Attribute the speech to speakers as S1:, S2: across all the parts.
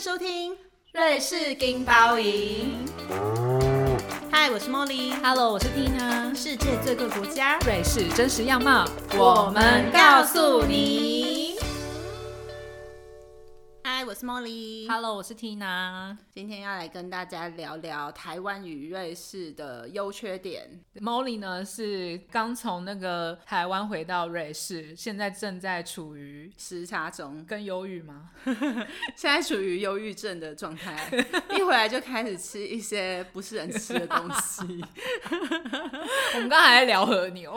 S1: 收听《
S2: 瑞士金包银。
S1: 嗨，我是茉莉。
S2: Hello，我是 Tina。
S1: 世界最贵国家，
S2: 瑞士真实样貌，。。
S1: 嗨，我是茉莉。
S2: Hello，我是 Tina。
S1: 今天要来跟大家聊聊台湾与瑞士的优缺点。
S2: Molly 呢是刚从那个台湾回到瑞士，现在正在处于
S1: 时差中，
S2: 跟忧郁吗？
S1: 现在处于忧郁症的状 态，一回来就开始吃一些不是人吃的东 西。
S2: 我们刚才还在聊和牛。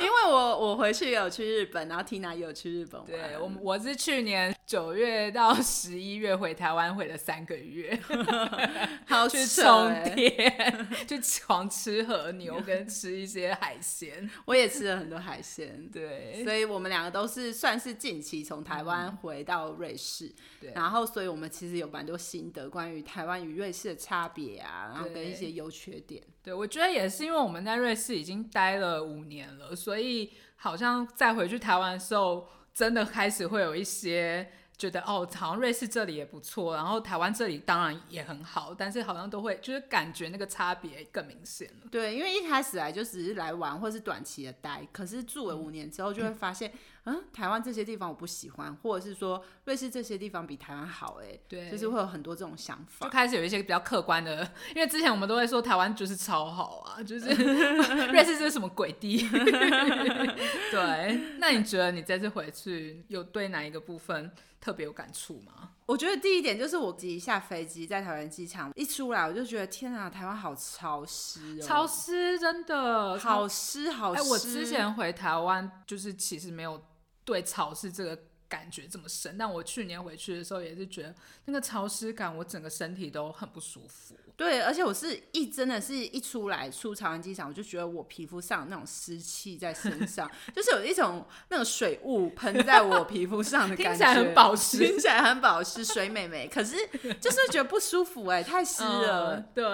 S1: 因为我我回去也有去日本，然后 Tina 也有去日本玩。
S2: 对我们，我是去年九月到十一月回台湾，回了三个 月，
S1: 好
S2: 去
S1: 扯
S2: 充
S1: 欸
S2: 电， 去狂吃和牛跟吃一些海鲜。
S1: 我也吃了很多海鲜。
S2: 对，
S1: 所以我们两个都是算是近期从台湾回到瑞士，
S2: 对
S1: 然后所以我们其实有蛮多心得关于台湾与瑞士的差别啊，然后跟一些优缺点。
S2: 对，我觉得也是因为我们在瑞士已经待了五年了，所以好像再回去台湾的时候，真的开始会有一些觉得哦，好像瑞士这里也不错，然后台湾这里当然也很好，但是好像都会就是感觉那个差别更明显了。
S1: 对，因为一开始来就只是来玩或是短期的待，可是住了五年之后就会发现，嗯台湾这些地方我不喜欢，或者是说瑞士这些地方比台湾好、欸，
S2: 对
S1: 就是会有很多这种想
S2: 就
S1: 法。
S2: 开始有一些比较客观的，因为之前我们都会说台湾就是超好啊，就是 瑞士这是什么鬼地？ 对，那你觉得你这次回去有对哪一个部分特别有感触吗？
S1: 我觉得第一点就是我一下飞机在台湾机场一出来，我就觉得天啊，台湾好潮湿哦，
S2: 潮湿真的超
S1: 好湿好
S2: 哎、
S1: 湿。
S2: 我之前回台湾，就是其实没有对潮湿这个感觉这么深，但我去年回去的时候也是觉得那个潮湿感，我整个身体都很不舒服。
S1: 对，而且我是一真的是一出来出长安机场，我就觉得我皮肤上有那种湿气在身 上，就是有一种那种水雾喷在我皮肤上的感觉，
S2: 听起来很保湿
S1: 听起来很保湿，水美眉，可是就是觉得不舒服哎、太湿了，
S2: 嗯对，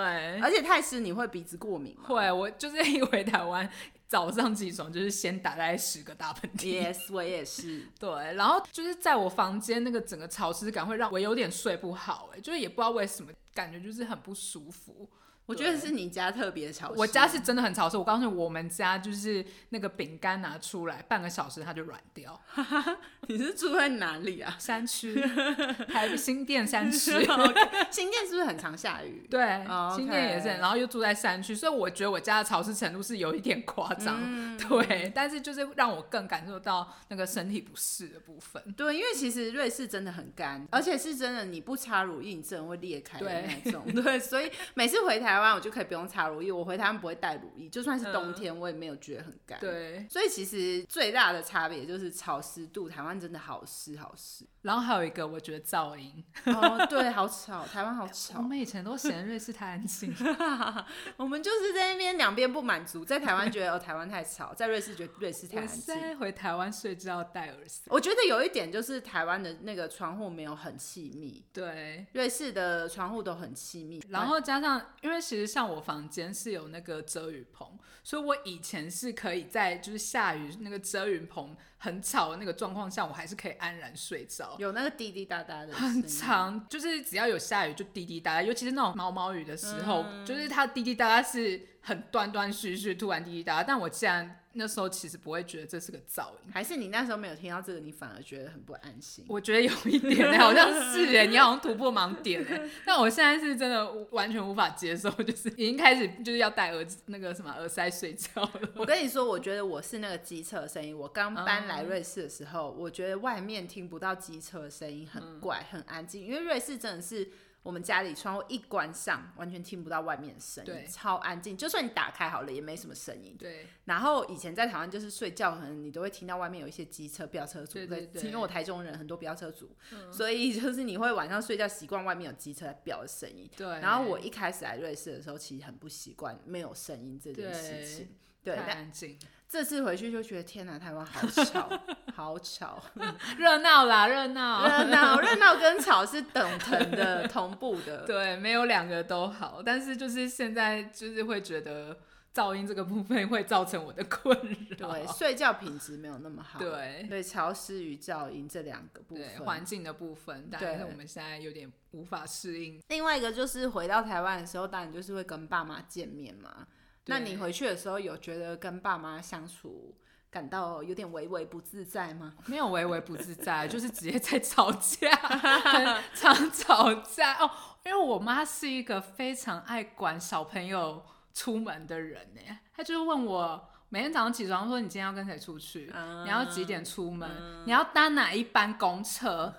S1: 而且太湿你会鼻子过敏吗
S2: 会，我就是一回台湾，早上起床就是先打大概十个大 喷嚏。
S1: ？Yes，我也是。
S2: 对，然后就是在我房间那个整个潮湿感会让我有点睡不好、哎，就是也不知道为什么，感觉就是很不舒服。
S1: 我觉得是你家特别潮湿，
S2: 我家是真的很潮湿，我告诉你，我们家就是那个饼干拿出来半个小时它就软掉。
S1: 你是住在哪里啊？
S2: 山区，台新店山区，
S1: 新店是不是很常下雨？
S2: 对
S1: 哦，OK
S2: 新店也是，然后又住在山区，所以我觉得我家的潮湿程度是有一点夸张，对，但是就是让我更感受到那个身体不适的部分。
S1: 对，因为其实瑞士真的很干，而且是真的，你不擦乳液，你真的会裂开的
S2: 对
S1: 那种。 对，所以每次回台湾，我就可以不用擦乳液，我回台湾不会带乳液，就算是冬
S2: 嗯
S1: 天，我也没有觉得很干。，
S2: 对，
S1: 所以其实最大的差别就是潮湿度，台湾真的好湿好 湿。
S2: 然后还有一个，我觉得噪音，
S1: 哦，对，好吵，台湾好
S2: 哎我
S1: 吵。
S2: 们以前都嫌瑞 士太安静，
S1: 我们就是在那边两边不满足，在台湾觉得哦台湾太吵，在瑞士觉得瑞士太
S2: 我
S1: 安静。
S2: 现在回台湾睡觉戴耳塞，
S1: 我觉得有一点就是台湾的那个窗户没有很细密，
S2: 对，
S1: 瑞士的窗户都很细密，
S2: 然后加上，因为其实像我房间是有那个遮雨棚，所以我以前是可以在就是下雨那个遮雨棚很吵的那个状况下，我还是可以安然睡着。
S1: 有那个滴滴答答的声音
S2: 很长，就是只要有下雨就滴滴答答，尤其是那种毛毛雨的时候，就是它滴滴答答是很断断续续，突然滴滴答答。但我竟然那时候其实不会觉得这是个噪音，
S1: 还是你那时候没有听到这个，你反而觉得很不安心。
S2: 我觉得有一点、欸，好像是哎、你好像突破盲点哎、 但我现在是真的完全无法接受，就是已经开始就是要戴耳那个什么耳塞睡觉了。
S1: 我跟你说，我觉得我是那个机车的声音。我刚搬
S2: 哦
S1: 来瑞士的时候，我觉得外面听不到机车的声音，很怪，
S2: 嗯
S1: 很安静。因为瑞士真的是我们家里窗户一关上，完全听不到外面的声
S2: 对
S1: 音，超安静。就算你打开好了，也没什么声音。
S2: 对，
S1: 然后以前在台湾就是睡觉，可能你都会听到外面有一些机车、飙车族
S2: 对
S1: 在
S2: 对对嗯
S1: 因为我台中人很多飙车族，所以就是你会晚上睡觉习惯外面有机车在飙的声音。
S2: 对
S1: 然后我一开始来瑞士的时候，其实很不习惯没有声音这件事
S2: 对
S1: 情。对，
S2: 太
S1: 但
S2: 安静，
S1: 这次回去就觉得天哪，台湾好 吵，好吵，
S2: 热闹啦，热闹。
S1: 热闹热闹跟吵是等同 的、同步的。
S2: 对，没有两个都好，但是就是现在就是会觉得噪音这个部分会造成我的困扰。
S1: 对，睡觉品质没有那么好。
S2: 哦对
S1: 对，潮湿与噪音这两个部
S2: 对
S1: 分。
S2: 环境的部分，但是
S1: 对
S2: 我们现在有点无法适应。
S1: 另外一个就是回到台湾的时候，当然就是会跟爸妈见面嘛。那
S2: 对
S1: 你回去的时候有觉得跟爸妈相处感到有点微微不自在吗？
S2: 没有微微不自在，就是直接在吵架，很常吵架哦。因为我妈是一个非常爱管小朋友出门的人呢，她就是问我每天早上起床说你今天要跟谁出去，你要几点出门，你要搭哪一班公车，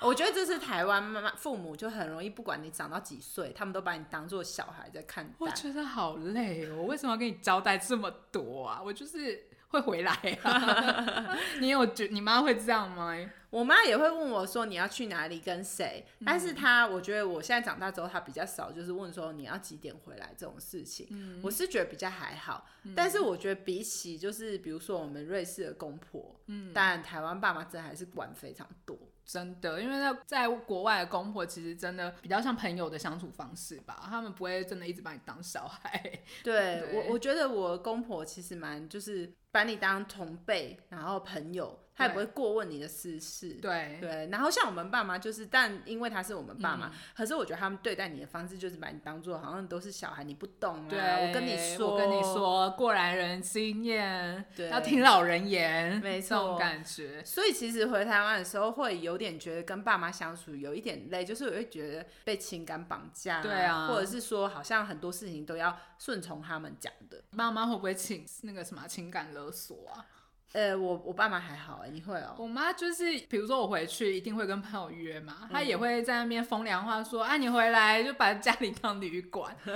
S1: 我觉得这是台湾妈妈父母就很容易，不管你长到几岁，他们都把你当做小孩在看
S2: 我
S1: 待。
S2: 觉得好累哦，为什么要跟你交代这么多啊？我就是会回来啊。 你有觉你妈会这样吗？
S1: 我妈也会问我说你要去哪里跟谁，
S2: 嗯
S1: 但是她我觉得我现在长大之后，她比较少就是问说你要几点回来这种事情，
S2: 嗯
S1: 我是觉得比较还好。但是我觉得比起就是比如说我们瑞士的公婆，嗯，当然台湾爸妈真的还是管非常多。
S2: 真的，因为在在国外的公婆其实真的比较像朋友的相处方式吧，他们不会真的一直把你当小孩。
S1: 对
S2: 对
S1: 我，我觉得我公婆其实蛮就是把你当同辈，然后朋友，她也不会过问你的私事。
S2: 对，嗯
S1: 对，然后像我们爸妈就是，但因为他是我们爸妈，可是我觉得他们对待你的方式就是把你当做好像都是小孩，你不懂啊。
S2: 对，
S1: 我跟你说，
S2: 我跟你，说，过来人经验，
S1: 对
S2: 要听老人言，
S1: 没
S2: 这种
S1: 错
S2: 感觉。
S1: 所以其实回台湾的时候会有点觉得跟爸妈相处有一点累，就是我会觉得被情感绑架、
S2: 对啊
S1: 或者是说好像很多事情都要顺从他们讲的。
S2: 妈妈会不会情那个什么情感勒索啊？
S1: 呃，我我爸妈还好、欸，你会哦、
S2: 我妈就是，比如说我回去一定会跟朋友约
S1: 嗯
S2: 嘛，她也会在那边风凉话说：“啊，你回来就把家里当旅 馆。”哇、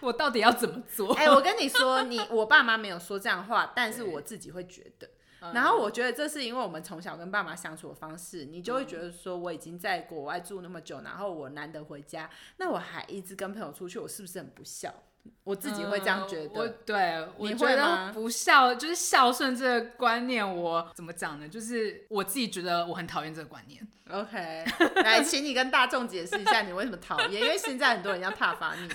S2: 我到底要怎么做？
S1: 哎、我跟你说，你我爸妈没有说这样的话，但是我自己会觉得。
S2: 嗯
S1: 然后我觉得这是因为我们从小跟爸妈相处的方式，你就会觉得说我已经在国外住那么久，然后我难得回家，那我还一直跟朋友出去，我是不是很不孝？我自己会这样觉
S2: 嗯我
S1: 得。
S2: 对，我
S1: 你
S2: 觉
S1: 会吗
S2: 得不孝就是孝顺这个观念，我怎么讲呢？就是我自己觉得我很讨厌这个观念。
S1: OK，来，请你跟大众解释一下你为什么讨厌，因为现在很多人要挞伐你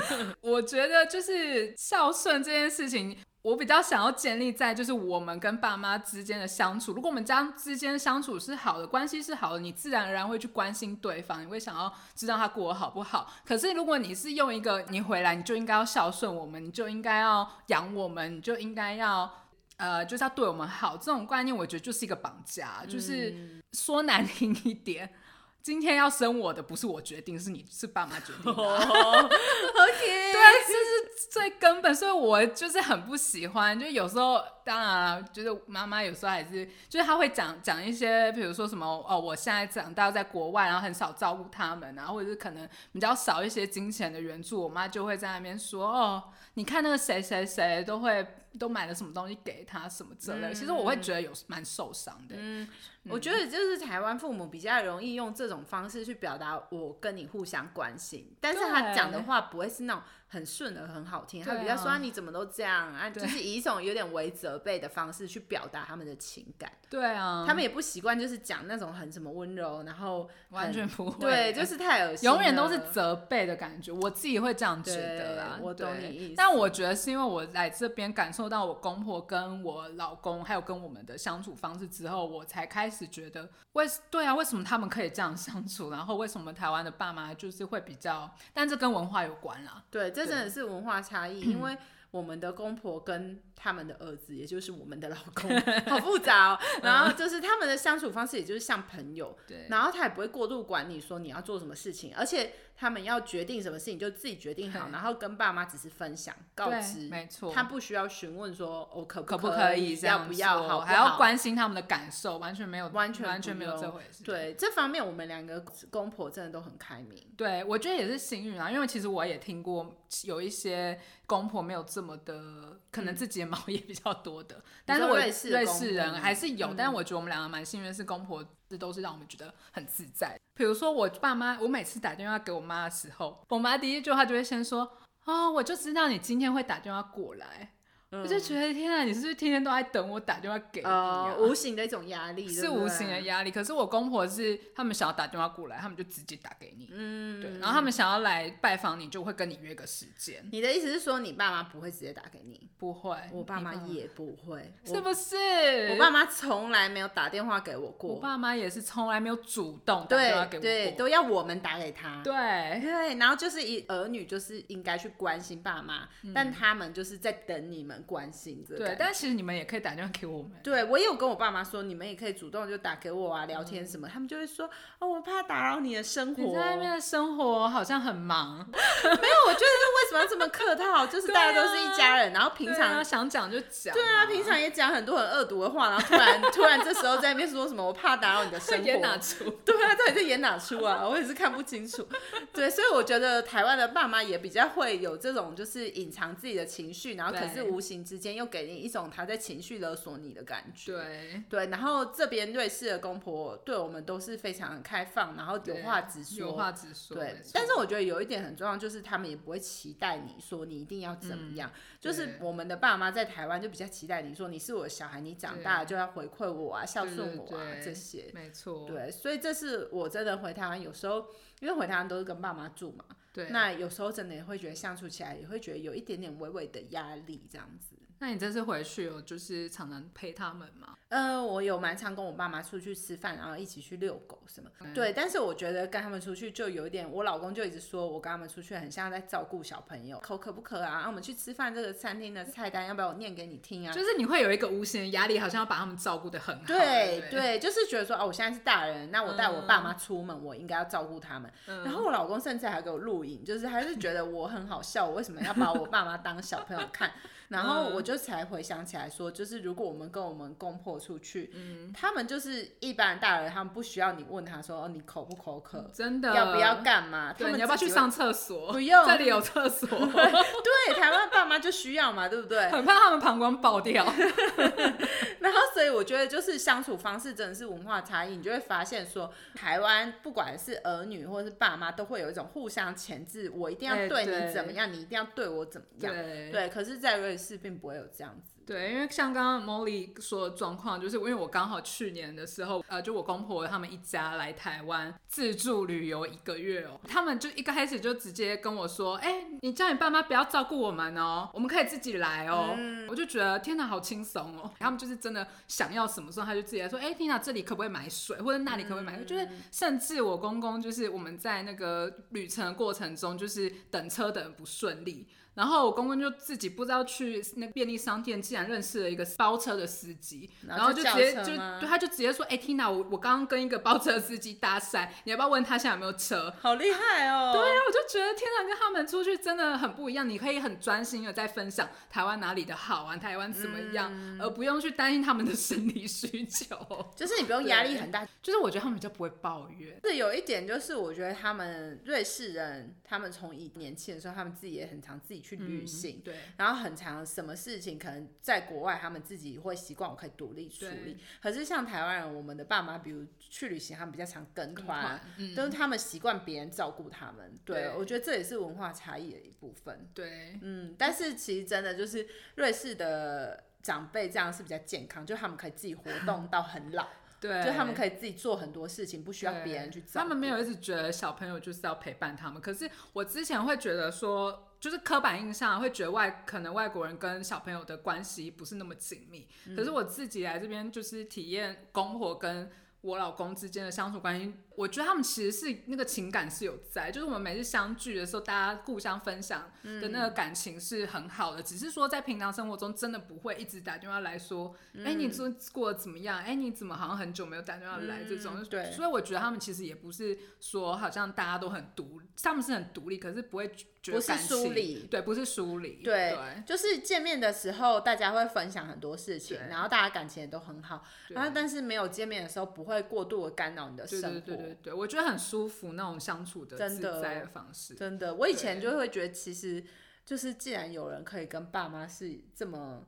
S1: 了。
S2: 我觉得就是孝顺这件事情。我比较想要建立在就是我们跟爸妈之间的相处，如果我们家之间相处是好的，关系是好的，你自然而然会去关心对方，你会想要知道他过得好不好。可是如果你是用一个你回来你就应该要孝顺我们，你就应该要养我们，你就应该要呃就是要对我们好，这种观念我觉得就是一个绑架，就是说难听一点，今天要生我的不是我决定，是你是爸妈决定的啊。
S1: OK，
S2: 对，啊这是最根本，所以我就是很不喜欢。就有时候，当然啊就是妈妈有时候还是，就是她会讲讲一些，比如说什么哦，我现在长大在国外，然后很少照顾他们，然后或者是可能比较少一些金钱的援助，我妈就会在那边说哦，你看那个谁谁谁都会都买了什么东西给他什么之类的。其实我会觉得有蛮受伤的。
S1: 嗯
S2: 嗯
S1: 我觉得就是台湾父母比较容易用这种方式去表达我跟你互相关心，但是他
S2: 对
S1: 讲的话不会是那种很顺耳、很好听，他
S2: 对啊
S1: 比较说、啊、你怎么都这样啊，
S2: 对
S1: 就是以一种有点为责备的方式去表达他们的情感，
S2: 对啊，
S1: 他们也不习惯就是讲那种很什么温柔，然后很
S2: 完全不会，
S1: 对，就是太恶心啊了，
S2: 永远都是责备的感觉，我自己会这样觉得啦。
S1: 对我懂
S2: 对
S1: 你意思
S2: 但我觉得是因为我来这边感受到我公婆跟我老公还有跟我们的相处方式之后，我才开始觉得为对啊，为什么他们可以这样相处，然后为什么台湾的爸妈就是会比较，但这跟文化有关啦。
S1: 对，这
S2: 对嗯
S1: 真的是文化差异，因为我们的公婆跟他们的儿子，也就是我们的老公， 好复杂哦。然
S2: 嗯
S1: 后就是他们的相处方式，也就是像朋友，
S2: 对
S1: 然后他也不会过度管你说你要做什么事情，而且他们要决定什么事情就自己决定好，
S2: 对
S1: 然后跟爸妈只是分享告
S2: 对
S1: 知，
S2: 没错
S1: 他不需要询问说哦可
S2: 可
S1: 不
S2: 不可
S1: 以，
S2: 这
S1: 要
S2: 样
S1: 不要，
S2: 做
S1: 好不
S2: 还要
S1: 好
S2: 关心他们的感受，完全没有，
S1: 完全
S2: 完全
S1: 不
S2: 没有这
S1: 用
S2: 回事。
S1: 对这方面，我们两个公婆真的都很开明。
S2: 对，我觉得也是幸运啊，因为其实我也听过有一些公婆没有这么的，可能自己的毛也比较多的，但
S1: 嗯
S2: 是
S1: 说
S2: 我
S1: 瑞士的
S2: 瑞
S1: 公
S2: 士
S1: 婆
S2: 人
S1: 吗嗯
S2: 还是有，但是我觉得我们两个蛮幸运，是公婆这都是让我们觉得很自在。比如说我爸妈，我每次打电话给我妈的时候，我妈第一句话就会先说：“哦，我就知道你今天会打电话过来。”
S1: 嗯
S2: 我就觉得天啊，你是不是天天都在等我打电话给你、啊
S1: 呃，无形的一种压力，
S2: 是
S1: 对不对
S2: 无形的压力。可是我公婆是他们想要打电话过来，他们就直接打给你，嗯，对。然后他们想要来拜访你，就会跟你约个时间，
S1: 你的意思是说，你爸妈不会直接打给你？
S2: 不会。
S1: 我爸妈
S2: 你
S1: 也不会，
S2: 是
S1: 我
S2: 不是？
S1: 我爸妈从来没有打电话给我
S2: 我
S1: 过，
S2: 爸妈也是从来没有主动打电话给
S1: 对
S2: 我
S1: 对，
S2: 过
S1: 都要我们打给他。
S2: 对
S1: 哎对，然后就是以儿女就是应该去关心爸妈，但他们就是在等你们关心这个
S2: 嗯对
S1: 感觉。
S2: 但其实你们也可以打电话给我们，
S1: 对我也有跟我爸妈说，你们也可以主动就打给我啊，聊天什么，他们就会说哦，我怕打扰你的生活。
S2: 嗯你在那边的生活好像很忙，
S1: 没有，我觉得为什么要这么客套？就是
S2: 对
S1: 大家
S2: 啊
S1: 都是一家人，然后平
S2: 对
S1: 常
S2: 啊、想讲就讲，
S1: 对啊，平常也讲很多很恶毒的话，然后突然突然这时候在那边说什么我怕打扰你的生
S2: 这也哪
S1: 活。
S2: 出？
S1: 对啊，到底在演哪出啊？我也是看不清楚。对，所以我觉得台湾的爸妈也比较会有这种，就是隐藏自己的情绪，然后可
S2: 对
S1: 是无形之间又给你一种他在情绪勒索你的感觉。
S2: 对，
S1: 对，然后这边瑞士的公婆对我们都是非常开放，然后有
S2: 对
S1: 话直说。
S2: 有话直说，
S1: 对
S2: 没错，
S1: 但是我觉得有一点很重要，就是他们也不会期待你说你一定要怎么样。就是
S2: 嗯对
S1: 我们的爸妈在台湾就比较期待你说你是我的小孩，你长大了就要回馈我啊，孝顺我啊
S2: 对对对
S1: 这些。
S2: 没错，
S1: 对，所以这是我真的回台湾，有时候因为回台湾都是跟爸妈住嘛，
S2: 对。那
S1: 那有时候真的也会觉得相处起来也会觉得有一点点微微的压力这样子。
S2: 你这次回去有就是常常陪他们吗？
S1: 呃，我有蛮常跟我爸妈出去吃饭，然后一起去遛狗什么。对，但是我觉得跟他们出去就有一点，我老公就一直说我跟他们出去很像在照顾小朋友，口渴不渴啊？啊，我们去吃饭，这个餐厅的菜单要不要我念给你听啊？
S2: 就是你会有一个无形的压力，好像要把他们照顾的很好，对嗯
S1: 对
S2: 不，
S1: 对，就是觉得说哦，我现在是大人，那我带我爸妈出门，我应该要照顾他们。
S2: 嗯
S1: 然后我老公甚至还给我录影，就是还是觉得我很好笑，我为什么要把我爸妈当小朋友看？然后
S2: 嗯
S1: 我就才回想起来说，就是如果我们跟我们公婆出去，
S2: 嗯
S1: 他们就是一般大人，他们不需要你问他说哦，你口不口渴，
S2: 真的
S1: 要不要？干嘛，他
S2: 对，
S1: 们
S2: 你要不要
S1: 自
S2: 去
S1: 己会？
S2: 上厕所？
S1: 不用
S2: 这里有厕 所，
S1: 对，台湾爸妈就需要嘛，对不对？
S2: 很怕他们膀胱爆掉。
S1: 然后，所以我觉得就是相处方式真的是文化差异，你就会发现说，台湾不管是儿女或者是爸妈，都会有一种互相钳制，我一定要
S2: 哎
S1: 对你
S2: 对
S1: 怎么样，你一定要对我怎么样。
S2: 对
S1: 对，可是，在瑞士并不会有这样子。
S2: 对，因为像刚刚 Molly 说的状况，就是因为我刚好去年的时候，呃，就我公婆他们一家来台湾自助旅游一个月哦，他们就一开始就直接跟我说，哎、你叫你爸妈不要照顾我们哦，我们可以自己来哦。我就觉得天哪，好轻松哦。他们就是真的想要什么时候，他就自己来说，哎、天哪，这里可不可以买水，或者那里可不可以买水？就是甚至我公公就是我们在那个旅程的过程中，就是等车等得不顺利，然后我公公就自己不知道去那个便利商店，竟然认识了一个包车的司机，
S1: 然
S2: 然
S1: 后
S2: 后
S1: 就
S2: 就直接
S1: 叫
S2: 就
S1: 车吗
S2: 对，他就直接说：“哎、t i n a 我我刚刚跟一个包车的司机搭讪，你要不要问他现在有没有车
S1: 好厉害哦！”
S2: 对啊，我就觉得天哪，跟他们出去真的很不一样。你可以很专心的在分享台湾哪里的好啊，台湾怎么样，
S1: 嗯
S2: 而不用去担心他们的生理需求。
S1: 就是你不用压力很大。
S2: 就是我觉得他们比较不会抱怨，
S1: 是有一点，就是我觉得他们瑞士人，他们从以年轻的时候，他们自己也很常自己去
S2: 嗯
S1: 旅行，
S2: 对，
S1: 然后很常什么事情可能在国外他们自己会习惯，我可以独立处理
S2: 对。
S1: 可是像台湾人，我们的爸妈，比如去旅行，他们比较常跟团，
S2: 嗯，
S1: 都是他们习惯别人照顾他们。对，
S2: 对
S1: 我觉得这也是文化差异的一部分。
S2: 对，
S1: 嗯，但是其实真的就是瑞士的。长辈这样是比较健康，就他们可以自己活动到很老，
S2: 嗯对，
S1: 就他们可以自己做很多事情，不需要别人去照顾。
S2: 他们没有一直觉得小朋友就是要陪伴他们，可是我之前会觉得说。就是刻板印象会觉得外可能外国人跟小朋友的关系不是那么紧密，
S1: 嗯
S2: 可是我自己来这边就是体验公婆跟我老公之间的相处关系，我觉得他们其实是那个情感是有在，就是我们每次相聚的时候，大家互相分享的那个感情是很好的，只是说在平常生活中真的不会一直打电话来说，哎、你最近过得怎么样？哎、你怎么好像很久没有打电话来这种？
S1: 嗯对
S2: 所以我觉得他们其实也不是说好像大家都很独，他们是很独立，可是不会觉
S1: 不
S2: 得
S1: 是
S2: 感情
S1: 疏离
S2: 对，不是疏离，
S1: 对
S2: 对，
S1: 就是见面的时候，大家会分享很多事情，
S2: 对
S1: 然后大家感情也都很好。
S2: 对
S1: 然后，啊但是没有见面的时候，不会过度的干扰你的
S2: 对
S1: 生活。
S2: 对对对对，我觉得很舒服那种相处的
S1: 真
S2: 自
S1: 的
S2: 在的方式，
S1: 真的，我以
S2: 对
S1: 前就会觉得，其实就是既然有人可以跟爸妈是这么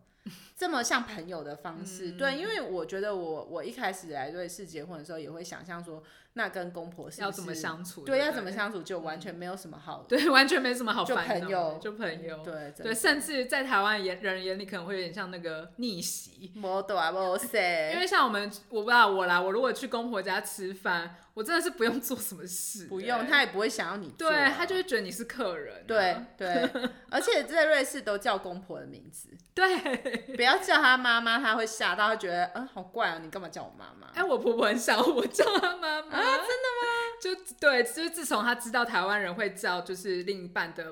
S1: 这么像
S2: 嗯
S1: 朋友的方式，对，因为我觉得我我一开始来瑞士结婚的时候，也会想象说，那跟公婆是不是
S2: 要怎么相处？
S1: 对，
S2: 不
S1: 要怎么？相处就完全没有什么好
S2: 对，完全没什么好
S1: 就
S2: 烦恼
S1: 朋友嗯
S2: 的，就朋友。
S1: 对真
S2: 对，
S1: 的
S2: 甚至在台湾眼人眼里可能会有点像那个逆袭，
S1: 没大没小，
S2: 因为像我们，我不知道我啦，我如果去公婆家吃饭，我真的是不用做什么事，
S1: 不
S2: 欸
S1: 用，他也不会想要你做啊
S2: 对他就会觉得你是客人啊、
S1: 对对， 而且在瑞士都叫公婆的名字，
S2: 对。
S1: 不要叫她妈妈，她会吓到，她觉得嗯好怪哦、你干嘛叫我妈妈？
S2: 哎、我婆婆很想 我叫她妈妈、啊真的吗？就对，就是自从她知道台湾人会叫就是另一半的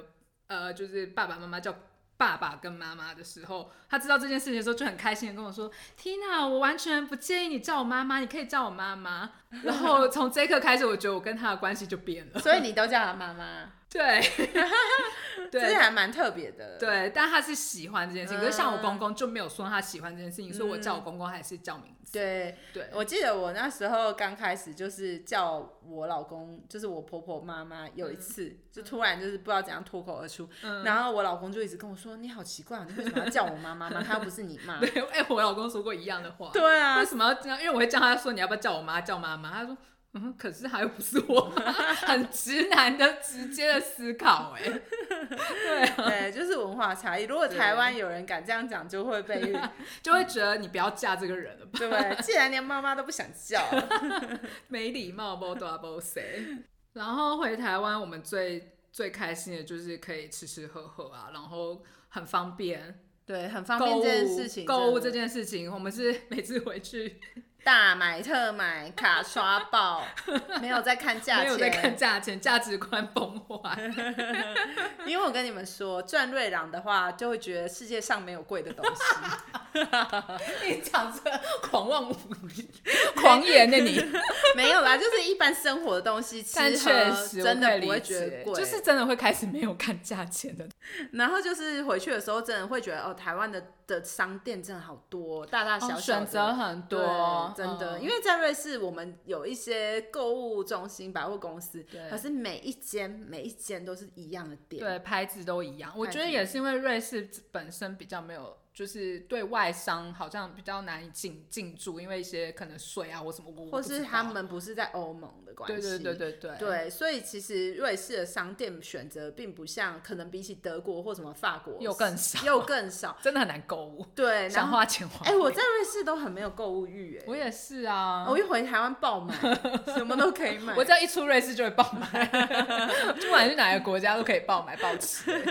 S2: 呃，就是爸爸妈妈叫。爸爸跟妈妈的时候，她知道这件事情的时候就很开心的跟我说：“Tina，我完全不介意你叫我妈妈，你可以叫我妈妈。”然后从这一刻开始，我觉得我跟她的关系就变了。
S1: 所以你都叫她妈妈，
S2: 对，
S1: 这
S2: 对
S1: 是，还蛮特别的。，
S2: 对，但她是喜欢这件事情。可是像我
S1: 嗯
S2: 公公就没有说他喜欢这件事情，所以我叫我公公还是叫名字。
S1: 对，
S2: 嗯对，
S1: 我记得我那时候刚开始就是叫我老公，就是我婆婆妈妈，有一次、就突然就是不知道怎样脱口而出，
S2: 嗯
S1: 然后我老公就一直跟我说：“你好奇怪哦，你为什么要叫我妈妈妈？她又不是你 妈。”
S2: 对，哎、我老公说过一样的话。
S1: 对啊
S2: 为，什么要这样？因为我会叫他说你要不要叫我妈叫妈妈，他说嗯，可是他又不是我妈， 很直男的直接的思考哎、
S1: 对，就是文化差异。如果台湾有人敢这样讲，就会 被
S2: 就会觉得你不要嫁这个人 了吧，
S1: 对不对？既然连妈妈都不想叫，
S2: 没礼貌不多不谁。然后回台湾，我们最最开心的就是可以吃吃喝喝啊，然后很方便，
S1: 对，很方
S2: 购
S1: 便
S2: 物
S1: 这件事情，
S2: 购物这
S1: 真的
S2: 件事情，我们是每次回去
S1: 大买特买，卡刷爆，没有在看价
S2: 没有在看
S1: 钱。
S2: 价钱，价值观崩坏。
S1: 因为我跟你们说，赚瑞郎的话，就会觉得世界上没有贵的东西。
S2: 你讲这狂妄无礼、狂言的你，
S1: 没有啦，就是一般生活的东西，吃
S2: 但
S1: 喝
S2: 确实
S1: 真
S2: 我可
S1: 的
S2: 以
S1: 不会
S2: 理
S1: 觉得
S2: 解
S1: 贵，
S2: 就是真的会开始没有看价钱的。
S1: 然后就是回去的时候，真的会觉得哦，台湾的的商店真的好多，大大小小的、
S2: 哦选择很
S1: 对
S2: 多，哦嗯
S1: 真的，因
S2: 为
S1: 为在瑞士我们有一些购物中心、百货公司
S2: 对，
S1: 可是每一间每一间都是一样的店，
S2: 对牌子都一样。我觉
S1: 牌
S2: 得
S1: 子
S2: 也是因为瑞士本身比较没有，就是对外商好像比较难以进进驻，因为一些可能税啊或什么，
S1: 或
S2: 我我不知
S1: 是
S2: 道
S1: 他们不是在欧盟的关
S2: 对
S1: 系，
S2: 对对对对
S1: 对。所以其实瑞士的商店选择并不像，可能比起德国或什么法国
S2: 又更少
S1: 又更少。
S2: 真的很难购物，
S1: 对，然
S2: 想
S1: 后
S2: 花钱花。
S1: 哎、我在瑞士都很没有购物欲、哎
S2: 我也是啊，
S1: 我一回台湾爆 买，什么都可以买。
S2: 我只要一出瑞士就会爆买， 不管是哪个国家都可以爆买爆 吃。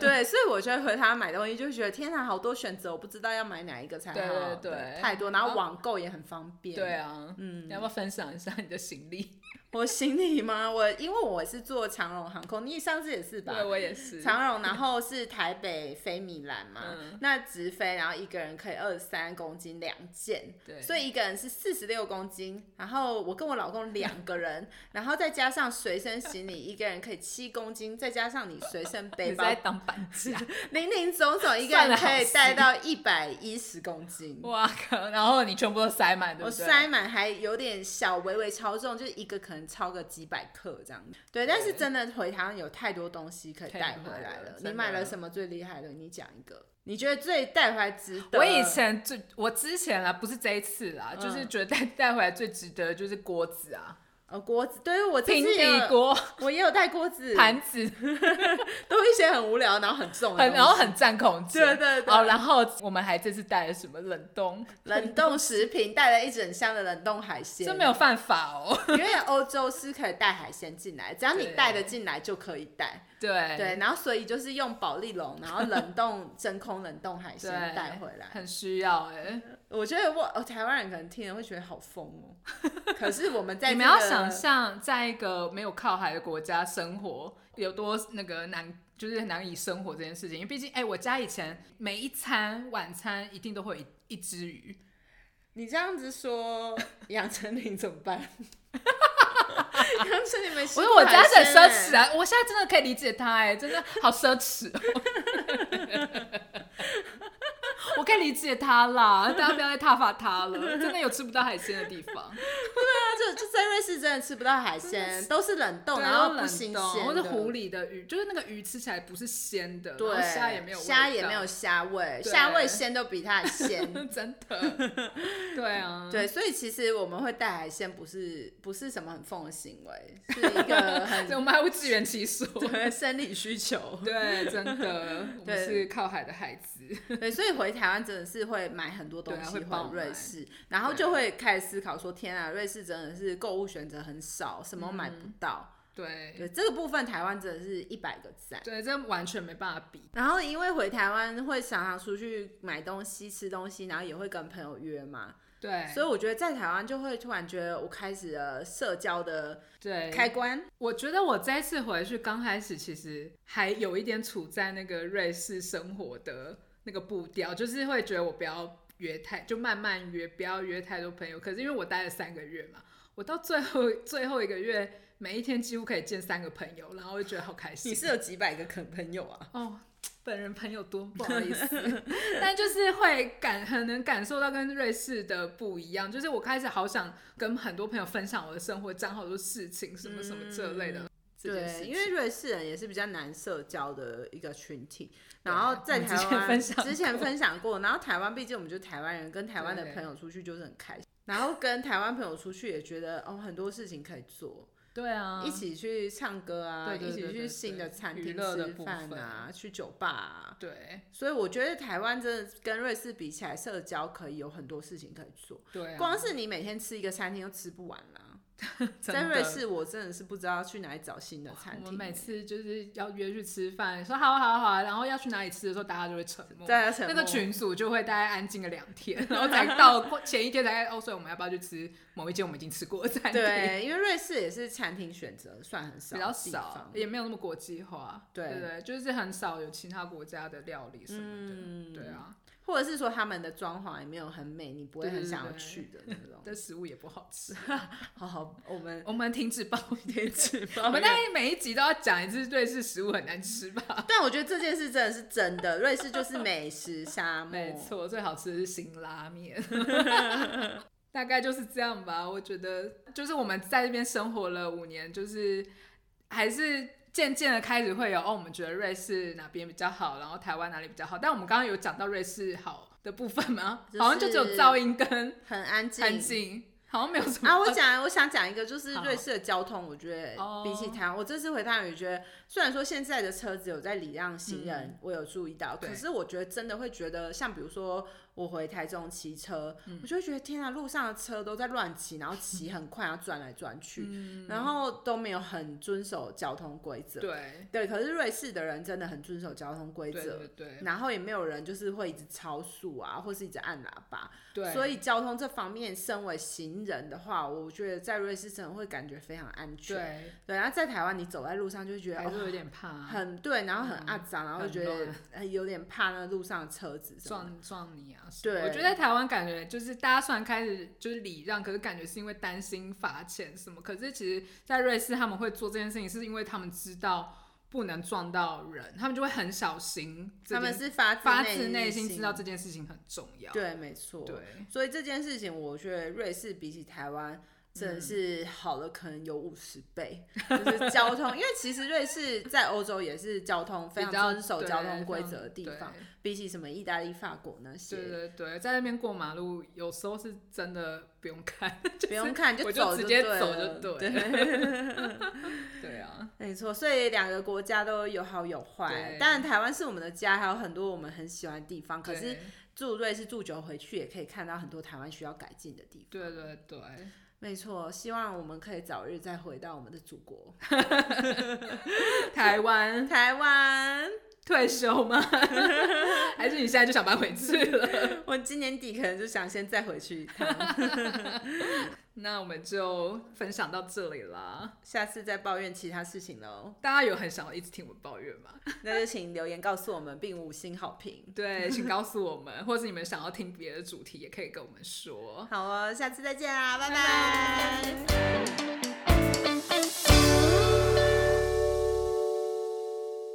S1: 对，所以我觉得和他买东西就觉得天哪，好多选择，我不知道要买哪一个才好。
S2: 对对对
S1: 太多，然
S2: 然
S1: 后
S2: 后
S1: 网购也很方便。
S2: 对，啊，
S1: 嗯
S2: 你要不要分享一下你的行李？
S1: 我行李吗？我因为我是坐长荣航空，你上次也是吧？
S2: 对我也是。
S1: 长荣，然后是台北飞米兰嘛，
S2: 嗯
S1: 那直飞，然后一个人可以二十三公斤两件，
S2: 对
S1: 所以一个人是四十六公斤，然后我跟我老公两个人， 然后再加上随身行李，一个人可以七公斤，再加上你随身
S2: 你
S1: 背
S2: 是
S1: 包
S2: 在当搬家，
S1: 零零总总，一个
S2: 算得
S1: 人
S2: 好
S1: 可以带到一百一十公斤。
S2: 哇靠！然后你全部都塞满，对
S1: 我
S2: 不对？
S1: 塞满还有点小微微超重，就是一个可能超个几百克这样。对，但是真的回台湾有太多东西可以带回来了。
S2: 可以买了
S1: 你买了什么最厉害的？你讲一个，你觉得最带回来值得？
S2: 我以前最，我之前啊啦，不是这一次啦，
S1: 嗯
S2: 就是觉得带带回来最值得的就是锅子啊，
S1: 呃锅子，对我自
S2: 平
S1: 己
S2: 底锅、
S1: 我也有带锅子，
S2: 盘子，
S1: 都一些很无聊然后很重的
S2: 很
S1: 东西
S2: 然后很占空间。
S1: 对对对
S2: 哦，然后我们还这次带了什么冷冻？
S1: 冷冻食品，带了一整箱的冷冻海鲜，
S2: 这没有犯法哦。
S1: 因为欧洲是可以带海鲜进来，只要你
S2: 对
S1: 带得进来就可以带。
S2: 对
S1: 对，然后所以就是用保利龙，然后 冷冻真空冷冻海鲜
S2: 对，
S1: 带回来。
S2: 很需要哎、
S1: 我觉得我、哦、台湾人可能听了会觉得好疯 哦，可是我们在、
S2: 你
S1: 这
S2: 们要
S1: 个
S2: 想象，在一个没有靠海的国家生活有多那个难，就是难以生活这件事情。因为毕竟，哎、我家以前每一餐晚餐一定都会有一一只鱼，
S1: 你这样子说 杨丞琳怎么办？杨丞琳没吃过
S2: 我说我家是很奢
S1: 海
S2: 侈
S1: 鲜欸，
S2: 啊，我现在真的可以理解他、哎，真的好奢侈、哦。 我可以理解他啦，大家不要再挞伐他了，真的有吃不到海鲜的地方。
S1: 就就在瑞士真的吃不到海鲜，都是冷冻，
S2: 对
S1: 哦
S2: 啊
S1: 然
S2: 要
S1: 后不
S2: 冷
S1: 新
S2: 冻
S1: 鲜，
S2: 或者
S1: 的
S2: 湖里的鱼，就是那个鱼吃起来不是鲜的，然
S1: 对
S2: 后虾也没有味道，
S1: 虾也没有虾味，
S2: 对
S1: 虾味鲜都比它还鲜。
S2: 真的， 对啊，
S1: 对，所以其实我们会带海鲜，不是不是什么很疯的行为，是一 个
S2: 所以
S1: 很
S2: 我们还会自圆其说，
S1: 对生理需求。
S2: 对，真的， 我们
S1: 对
S2: 是靠海的孩子，
S1: 对，所以回台湾真的是会买很多东
S2: 对啊
S1: 西
S2: 会爆
S1: 回瑞
S2: 买
S1: 士，然后
S2: 对
S1: 就会开始思考说：天啊，瑞士真的是购物选择很少，什么买不
S2: 嗯
S1: 到。
S2: 对
S1: 对这个部分，台湾真的是一百个赞。
S2: 对，这完全没办法比，
S1: 然后因为回台湾会常常出去买东西、吃东西，然后也会跟朋友约嘛，
S2: 对，
S1: 所以我觉得在台湾就会突然觉得我开始了社交的
S2: 对，
S1: 开关。
S2: 我觉得我这次回去刚开始，其实还有一点处在那个瑞士生活的那个步调，就是会觉得我不要约太，就慢慢约，不要约太多朋友。可是因为我待了三个月嘛，我到最后最后一个月，每一天几乎可以见三个朋友，然后我就觉得好开心。
S1: 有几百个肯朋友啊？
S2: 哦，本人朋友多，不 好意思，但就是会感很能感受到跟瑞士的不一样，就是我开始好想跟很多朋友分享我的生活，讲好多事情，什么什么这类
S1: 嗯
S2: 的。这件事
S1: 对，
S2: 情
S1: 因为瑞士人也是比较难社交的一个群体。然后在
S2: 啊我们之
S1: 台
S2: 前
S1: 湾
S2: 分享
S1: 之前分享过，然后台湾毕竟我们就是台湾人，跟台湾的
S2: 对
S1: 朋友出去就是很开心。然后跟台湾朋友出去也觉得哦，很多事情可以做，
S2: 对啊，
S1: 一起去唱歌啊，
S2: 对对对
S1: 一起
S2: 对对
S1: 去新的餐
S2: 娱
S1: 厅
S2: 乐的
S1: 吃
S2: 部
S1: 饭
S2: 分
S1: 啊，去酒吧啊。
S2: 对
S1: 所以我觉得台湾真的跟瑞士比起来，社交可以有很多事情可以做。
S2: 对、啊，
S1: 光是你每天吃一个餐厅都吃不完啦。
S2: 真
S1: 在
S2: 的哦
S1: 瑞。士，我真的是不知道去哪里找新的餐
S2: 我们
S1: 厅
S2: 每
S1: 欸。
S2: 次就是要约去吃饭，说好啊好啊好啊，然后要去哪里吃的时候，大家就会沉默，
S1: 在沉
S2: 那
S1: 默
S2: 个群组就会大概安静个两天，然后才到过前一天才哦，所以我们要不要去吃某一间我们已经吃过的餐厅？，
S1: 对，因为瑞士也是餐厅选择算很少，
S2: 比较少，
S1: 地方
S2: 也没有那么国际化，
S1: 对
S2: 对对，就是很少有其他国家的料理什么的，
S1: 嗯，
S2: 对，啊，
S1: 或者是说他们的装潢也没有很美，你不会
S2: 对对
S1: 很想要
S2: 对
S1: 去的那种。
S2: 但食物也不好吃。
S1: 好好，我 们
S2: 我们停止抱怨，
S1: 止
S2: 我
S1: 抱
S2: 们大概每一集都要讲一次瑞士食物很难吃吧？
S1: 但我觉得这件事真的是真的，瑞士就是美食沙漠，
S2: 没错，最好吃的是辛拉 面。 大概就是这样吧，我觉得就是我们在这边生活了五年，就是还是渐渐的开始会有哦，我们觉得瑞士哪边比较好，然后台湾哪里比较好。但我们刚刚有讲到瑞士好的部分吗？
S1: 就是
S2: 好像就只有噪音跟
S1: 很安静，
S2: 安静，好像没有什么。
S1: 啊，我讲，我想讲一个，就是
S2: 呃好
S1: 瑞士的交通，我觉得比起
S2: 哦
S1: 台湾，我这次回台湾也觉得，虽然说现在的车子有在礼让行人，我有注意到，
S2: 嗯对
S1: 可是我觉得真的会觉得，像比如说我回台中骑车，
S2: 嗯
S1: 我就会觉得天啊，路上的车都在乱骑，然后骑很快，然后转来转去， 然后都没有很遵守交通规则。
S2: 嗯对
S1: 对，可是瑞士的人真的很遵守交通规
S2: 对对
S1: 则。
S2: 对
S1: 然后也没有人就是会一直超速啊，或是一直按喇叭，
S2: 对，
S1: 所
S2: 以
S1: 以交通这方面，身为行人的话，我觉得在瑞士真的会感觉非常安全。
S2: 对
S1: 对，然后在台湾你走在路上就会觉得
S2: 还是有
S1: 哦，
S2: 点怕
S1: 很对，然后很肮脏，然后就觉
S2: 很
S1: 得
S2: 乱
S1: 呃有点怕那路上的车子什么的。
S2: 撞撞你啊。什么
S1: 对
S2: 我觉得在台湾感觉就是大家虽然开始就是礼让，可是感觉是因为担心罚钱什么。可是其实，在瑞士他们会做这件事情，是因为他们知道不能撞到人，他们就会很小心这
S1: 他
S2: 件。
S1: 们是发自
S2: 发自内
S1: 内
S2: 心知道这件事情很重要。
S1: 对，没错。
S2: 对
S1: 所以这件事情，我觉得瑞士比起台湾真
S2: 嗯
S1: 的是好了，可能有五十倍，就是交通。因为其实瑞士在欧洲也是交通非
S2: 比较
S1: 常遵守
S2: 对
S1: 交通规
S2: 非常
S1: 则的地方，
S2: 对
S1: 比起什么意大利、法国那些，
S2: 对对对，在那边过马路，有时候是真的不用看，
S1: 不用看，
S2: 我
S1: 就
S2: 就
S1: 走
S2: 直接
S1: 对
S2: 走
S1: 了
S2: 就对
S1: 对，
S2: 对啊，
S1: 没错。所以两个国家都有好有坏
S2: 对。
S1: 当然，台湾是我们的家，还有很多我们很喜欢的地方。 可是
S2: 对
S1: 住瑞士住久回去，也可以看到很多台湾需要改进的地方。
S2: 对对对。
S1: 没错，希望我们可以早日再回到我们的祖国
S2: 台湾
S1: 台湾。
S2: 退休吗？ 还是你现在就想搬回去了？
S1: 我今年底可能就想先再回去一趟，
S2: 那我们就分享到这里啦。
S1: 下次再抱怨其他事情喽。
S2: 大家有很想要一直听我们抱怨吗？
S1: 那就请留言告诉我们，并五星好评。
S2: 对，请告诉我们，或是你们想要听别的主题，也可以跟我们说。
S1: 啊好哦，下次再见啦，拜拜